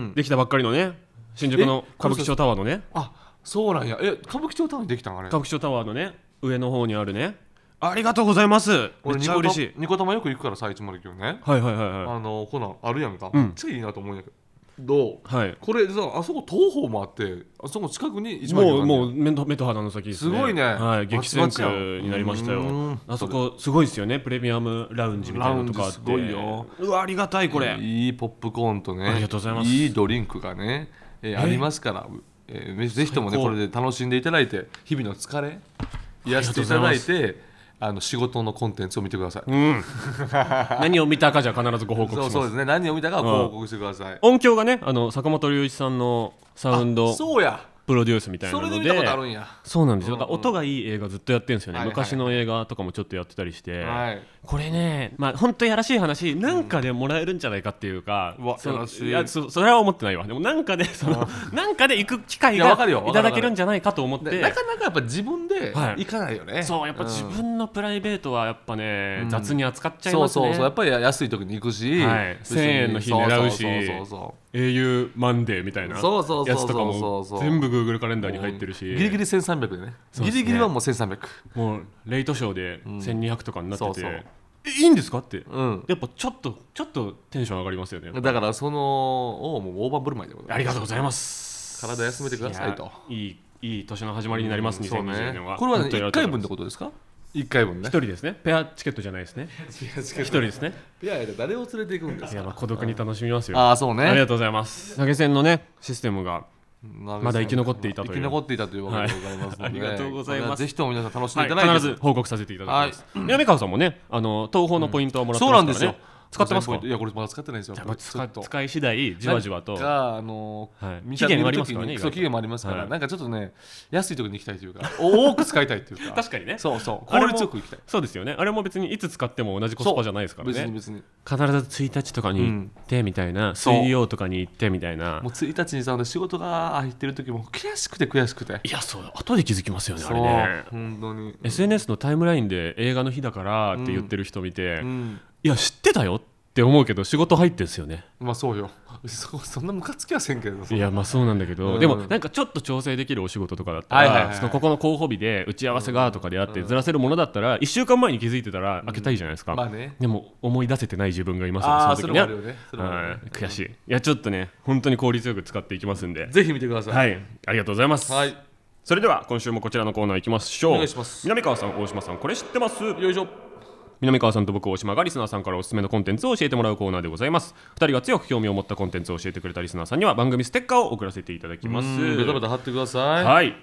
S2: ん
S1: できたばっかりのね新宿の
S2: え
S1: 歌舞伎町タワーのね
S2: あそうなんやえ歌舞伎町タウンにできたんあれ
S1: 歌舞伎町タワーのね上の方にあるねありがとうございますめっ
S2: 俺
S1: ちゃ嬉しい
S2: ニコタマよく行くからさ109ね
S1: はいはいはいは
S2: あのこんなんあるやんか、
S1: うん
S2: めっちゃいいなと思うんやけどどう
S1: いはい
S2: これさあそこ東宝もあってあそこ近くに109
S1: もうも
S2: う
S1: う目と目と鼻の先です、ね、
S2: すごいね
S1: はい、
S2: バ
S1: 激
S2: チバ
S1: 戦
S2: チ
S1: 区
S2: やん
S1: になりました
S2: うー
S1: よ
S2: ん
S1: あそこすごいですよねプレミアムラウンジみたいなのとかあって
S2: ラウンジすごいよ
S1: うわありがたいこれ
S2: いいポップコーンとね
S1: ありがとうございます
S2: いいドリンクがね、えーありますから、えーぜひともね
S1: 最
S2: こ
S1: 高
S2: れで楽しんでいただいて日々の疲れ癒していただいてあの仕事のコンテンツを見てください、
S1: うん何を見たかじゃ必ずご報告し
S2: そ
S1: ま
S2: う
S1: す
S2: そうですね何を見たかは報告してください、
S1: 音響がねあの坂本龍一さんのサウンド
S2: あそうや
S1: プロデュースみたいな
S2: そ
S1: の
S2: れ
S1: で
S2: で見たことあるんや
S1: そうなんですよだから音がいい映画ずっとやってるんですよね、
S2: はいはい
S1: 昔の映画とかもちょっとやってたりして、
S2: はい
S1: これねまあ本当やらしい話なんかでもらえるんじゃないかっていうか、
S2: うんうわ
S1: その
S2: やらしい
S1: やそそれは思ってないわでもなんかでそのなんかで行く機会
S2: いや
S1: が
S2: わかるよ
S1: いただけるんじゃないかと思っ
S2: で
S1: て
S2: なかなかやっぱ自分で
S1: はい
S2: 行かないよね、
S1: そうやっぱ自分のプライベートはやっぱね、雑に扱っちゃい
S2: そう
S1: ますね
S2: そうそうやっぱり安い時に行くし、
S1: はい
S2: 別に
S1: 1000円の日狙うし
S2: そうそうそう
S1: 英雄マンデーみたいなや
S2: そうそうそうそう
S1: つとか
S2: そうそうそ
S1: も
S2: う
S1: 全部 Google カレンダー
S2: そう
S1: に入ってるし
S2: ギリギリ1300でね
S1: そう
S2: ギ
S1: ですね
S2: リギリはもう1300
S1: もうレイトショーで1200とかになってて、
S2: そうそう
S1: えいいんですかって、
S2: うん
S1: やっぱちょっとちょっとテンション上がりますよね
S2: だからそのをもう大盤振る舞いでございます
S1: ありがとうございます
S2: 体休めてくださいと
S1: やいいいい年の始まりになります、
S2: そうね
S1: 2020年は
S2: これは、ね、
S1: 本当にあ
S2: 1
S1: りがと
S2: 回
S1: うござ
S2: 分っ
S1: いま
S2: て
S1: す
S2: ことですか1回分
S1: 一
S2: ね
S1: 人ですねペアチケットじゃないですね一人ですね
S2: ペアやで誰を連れていくんです
S1: い
S2: か
S1: やまあ孤独に楽しみますよあ
S2: ああそうね
S1: りがとうございます投げ銭のねシステムが
S2: ま
S1: まだ生き残っていたという
S2: 生き残っていたというわけでございますので、
S1: はいありがとうございます
S2: ぜひとも皆さん楽しん
S1: は
S2: でい
S1: い
S2: ただいて、
S1: 必ず報告させていただきます南川さんもねあの東宝のポイントをもらって
S2: そう
S1: ま
S2: な
S1: すから
S2: んですよ
S1: ね使ってます
S2: ポイ
S1: か
S2: ントいやこれまだ使ってないんですよ
S1: じゃあまあ
S2: ちょっ
S1: 使
S2: と
S1: 使い次第じわじわと
S2: なんかあのー
S1: はい
S2: 見
S1: 期
S2: た
S1: 限もありますからね意外
S2: 見る時に
S1: と
S2: そう期限もありますから、
S1: はい
S2: なんかちょっとね安いところに行きたいというか多く使いたいという か
S1: 確かにね
S2: そうそう
S1: あれ
S2: 効
S1: も
S2: 率よく行きたい
S1: そうですよねあれも別にいつ使っても同じコスパじゃないですから
S2: 別に
S1: ね
S2: 別に
S1: 必ず1日とかに行ってみたいな、
S2: そう
S1: 水曜とかに行ってみたいな
S2: もう1日にさ仕事が入ってる時も悔しくて悔しくて
S1: いやそう後で気づきますよねあ
S2: そう
S1: れね
S2: 本当に
S1: SNS のタイムラインで映画の日だからって言ってる人見て、
S2: うん
S1: いや知ってたよっって思うけど仕事入ってんですよね
S2: まあそうよそそんなムカつきはせんけどそ
S1: い
S2: んな
S1: やまあそうなんだけど、
S2: うん
S1: でもなんかちょっと調整できるお仕事とかだったら、
S2: はいはいはい
S1: そのここの候補日で打ち合わせがとかであってずらせるものだったら1週間前に気づいてたら開けたいじゃないですか、
S2: まあね
S1: でも思い出せてない自分がいます
S2: ああ
S1: そ
S2: そ
S1: の時
S2: れ
S1: に
S2: も
S1: は
S2: あるよねそれもあるよ
S1: は
S2: ね
S1: い悔しいいやちょっとね本当に効率よく使っていきますんで
S2: ぜひ見てください
S1: はいありがとうございます、
S2: はい
S1: それでは今週もこちらのコーナーいきましょう
S2: お願いします
S1: 南川さん大島さんこれ知ってます
S2: よいしょ
S1: 南川さんと僕大島がリスナーさんからおすすめのコンテンツを教えてもらうコーナーでございます2人が強く興味を持ったコンテンツを教えてくれたリスナーさんには番組ステッカーを送らせていただき
S2: う
S1: ます
S2: んベタベタ貼ってください
S1: はい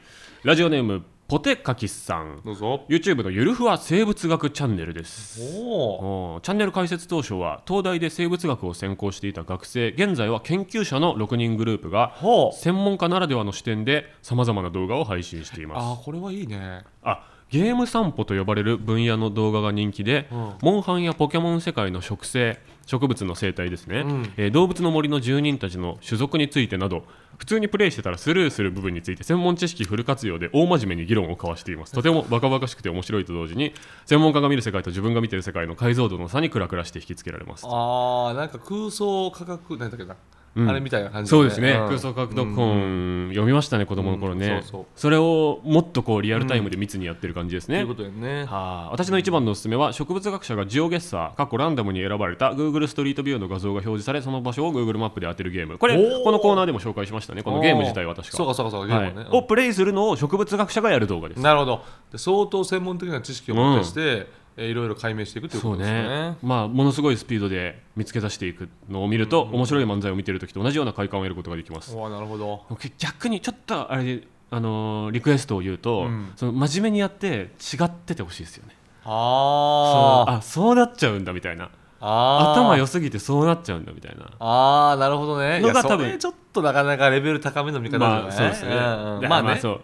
S1: ラジオネームポテカキスさん
S2: どうぞ
S1: YouTube のゆるふわ生物学チャンネルです
S2: おお
S1: おーチャンネル開設当初は東大で生物学を専攻していた学生現在は研究者の6人グループが
S2: ほう
S1: 専門家ならではの視点でさまざまな動画を配信しています
S2: あーこれはいいね
S1: あゲーム散歩と呼ばれる分野の動画が人気で、
S2: うん
S1: モンハンやポケモン世界の植生植物の生態ですね、
S2: うん
S1: えー動物の森の住人たちの種族についてなど普通にプレイしてたらスルーする部分について専門知識フル活用で大真面目に議論を交わしていますとてもバカバカしくて面白いと同時に専門家が見る世界と自分が見てる世界の解像度の差にクラクラして引きつけられます
S2: あーなんか空想科学なんだっけ
S1: う
S2: な、
S1: ん
S2: あれみたいな感じ
S1: そうですね、
S2: ん
S1: 空想獲得本読みましたね子供の頃ね、
S2: うんそうそう
S1: それをもっとこうリアルタイムで密にやってる感じです
S2: と
S1: ね、
S2: いうことやね
S1: はあ、私の一番のおすすめは植物学者がジオゲッサー過去ランダムに選ばれた Google ストリートビューの画像が表示されその場所を Google マップで当てるゲームこれ
S2: おー
S1: このコーナーでも紹介しましたねこのゲーム自体は確か
S2: そうかそうかそうかゲ
S1: は
S2: ー
S1: い
S2: ムはね、
S1: をプレイするのを植物学者がやる動画です
S2: なるほどで相当専門的な知識を持ってして、えーいろいろ解明していくという
S1: そ
S2: こ
S1: う
S2: とですね
S1: ねまあものすごいスピードで見つけ出していくのを見ると、面白い漫才を見てる時と同じような快感を得ることができます
S2: おーなるほど
S1: 僕逆にちょっとあれであのーリクエストを言うと、
S2: うん
S1: その真面目にやって違っててほしいですよねそう
S2: あー
S1: あそうなっちゃうんだみたいな
S2: あー
S1: 頭良すぎてそうなっちゃうんだみたいな
S2: あーなるほどねい
S1: のが
S2: や
S1: 多
S2: そ
S1: 分
S2: れちょっとなかなかレベル高めの見方じゃない、
S1: まあそうですね。
S2: ん
S1: で
S2: うんまあね、
S1: そう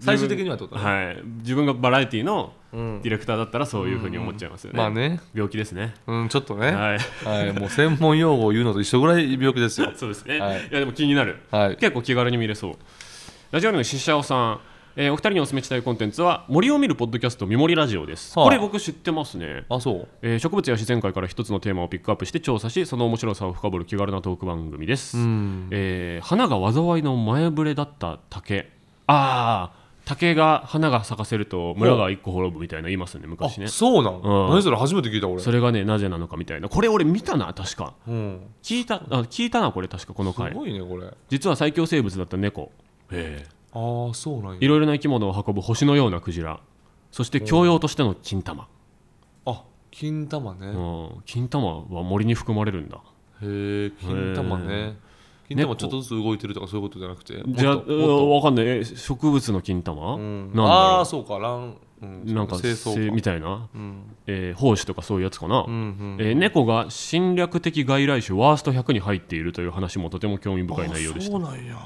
S2: 最終的にはってことね
S1: はい。自分がバラエティの
S2: うん
S1: ディレクターだったらそういうふうに思っちゃいますよね。
S2: まあ。ね
S1: 病気ですね。
S2: うんちょっとねは
S1: はい。
S2: い、もう専門用語を言うのと一緒ぐらい病気ですよ
S1: そうですね。
S2: はい
S1: いやでも気になる。
S2: はい
S1: 結構気軽に見れそう。ラジオネームししゃおさん。えーお二人にお勧めしたいコンテンツは森を見るポッドキャスト「みもりラジオ」です。
S2: はあ
S1: これ僕知ってますね。
S2: あそう
S1: えー植物や自然界から一つのテーマをピックアップして調査しその面白さを深掘る気軽なトーク番組です、
S2: ん
S1: えー花が災いの前触れだった竹ああ竹が花が咲かせると村が一個滅ぶみたいな言いますよね
S2: あ
S1: 昔ね
S2: そうなん、
S1: うん
S2: 何それ初めて聞いた俺
S1: それがねなぜなのかみたいなこれ俺見たな確か
S2: うん、
S1: 聞いたあ聞いたなこれ確かこの
S2: す
S1: 回
S2: ごいねこれ
S1: 実は最強生物だった猫ええ
S2: ああそうなん
S1: い
S2: や
S1: ろいろな生き物を運ぶ星のようなクジラそして教養としての金玉、
S2: あ金玉ね、
S1: うん、金玉は森に含まれるんだ
S2: へえ金玉ね金玉ちょっとずつ動いてるとかそういうことじゃなくて
S1: じゃあ、
S2: もっと
S1: う
S2: もっ
S1: んわかんない。え植物の金玉、
S2: とうん
S1: なんだ
S2: ああ
S1: ろ
S2: そうか卵、うん、
S1: うなんか
S2: 清掃
S1: せみたいな、
S2: うん
S1: えー、胞子とかそういうやつかな、
S2: うんうん
S1: えー猫が侵略的外来種ワースト100に入っているという話もとても興味深い内容でし
S2: あ
S1: た
S2: そうなんや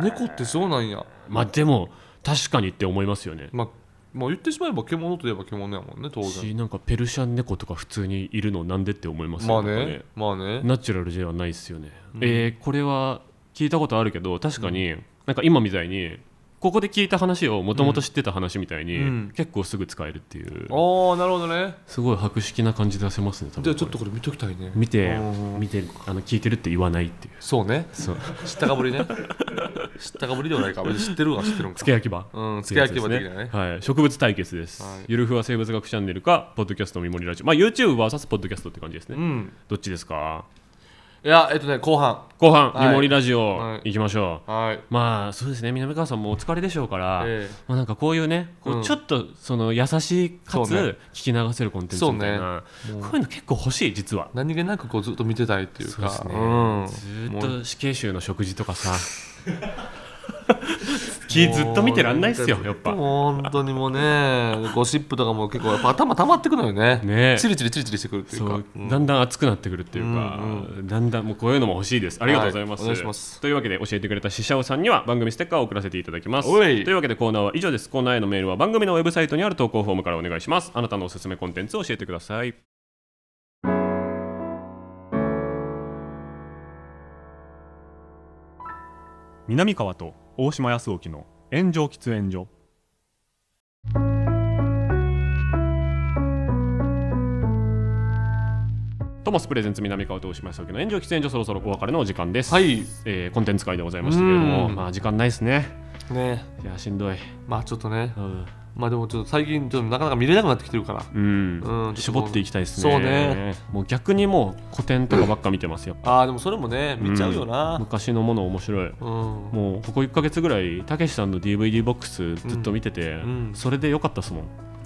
S2: 猫ってそうなんや
S1: まあでも確かにって思いますよね
S2: まあまあ言ってしまえば獣といえば獣やもんね当然
S1: しなんかペルシャン猫とか普通にいるのなんでって思います
S2: ま
S1: よ
S2: あねまあね
S1: ナチュラルではないですよね、えーこれは聞いたことあるけど確かに、なんか今みたいにここで聞いた話をもともと知ってた話みたいに、
S2: うん
S1: 結構すぐ使えるっていう
S2: ああなるほどね
S1: すごい博識な感じ出せますね多分
S2: じゃあちょっとこれ見ときたいね
S1: 見て
S2: うん
S1: 見てあの聞いてるって言わないっていう
S2: そうね
S1: そう
S2: 知ったかぶり ね知ったかぶりではないか別に知ってるは知ってるんか
S1: 付け焼き場
S2: うん付け焼き場的なね
S1: はい植物対決です、
S2: はい
S1: ゆるふわ生物学チャンネルかポッドキャスト見守りラジオまあ YouTubeVS ポッドキャストって感じですね、
S2: うん
S1: どっちですか
S2: いやえっとね後半
S1: 後半、
S2: はい
S1: 見守りラジオ、
S2: はい
S1: 行きましょう
S2: はい
S1: まあそうですね南川さんもお疲れでしょうから、
S2: ええ
S1: まあ、なんかこういうねこ
S2: うん
S1: うちょっとその優しいかつ
S2: そうね
S1: 聞き流せるコンテンツみたいな、こういうの結構欲しい実は
S2: 何気なくこうずっと見てたいっていうか
S1: そうですね
S2: ん
S1: ずーっ
S2: もう
S1: と死刑囚の食事とかさ 気ずっと見てらんないっすよ
S2: もう
S1: やっぱ
S2: 本当にもうねゴシップとかも結構やっぱ頭溜まってくのよね
S1: ねえ
S2: チリチリチリチリしてくるっていう
S1: そ
S2: か
S1: うだんだん熱くなってくるっていうか、だんだんもうこういうのも欲しいですありがとうございます,、
S2: はいお願いします
S1: というわけで教えてくれたししゃおさんには番組ステッカーを送らせていただきます
S2: おい
S1: というわけでコーナーは以上ですコーナーへのメールは番組のウェブサイトにある投稿フォームからお願いしますあなたのおすすめコンテンツを教えてください
S3: 南川と大島康沖の炎上喫煙所
S1: トモスプレゼンツ南川としましたけど炎上喫煙所そろそろお別れのお時間です、
S2: はい
S1: えーコンテンツ会でございましたけれども
S2: うん
S1: まあ時間ないですね
S2: ね
S1: いやしんどい
S2: まあちょっとね
S1: うん、
S2: まあでもちょっと最近ちょっとなかなか見れなくなってきてるから
S1: うん
S2: うん
S1: 絞っていきたいですね
S2: そうね
S1: もう逆にもう古典とかばっか見てますやっぱ
S2: ああでもそれもね見ちゃうよな
S1: 昔のもの面白い
S2: うん、
S1: もうここ1か月ぐらいたけしさんの DVD ボックスずっと見てて、
S2: んうん
S1: それで良かったっすもん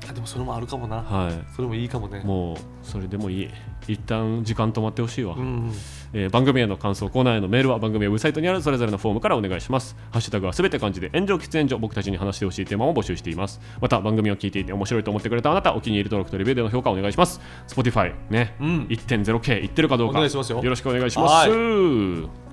S2: あでもそれもあるかもな
S1: は
S2: それもいいかもね
S1: いもうそれでもいい一旦時間止まってほしいわ、
S2: うん
S1: えー番組への感想コーナーへのメールは番組ウェブサイトにあるそれぞれのフォームからお願いしますハッシュタグはすべて漢字で炎上喫煙所僕たちに話してほしいテーマを募集していますまた番組を聞いていて面白いと思ってくれたあなたお気に入り登録とレビューでの評価お願いします Spotify ね、
S2: うん
S1: 1.0K いってるかどうか
S2: お願いしますよ
S1: ろしくお願いします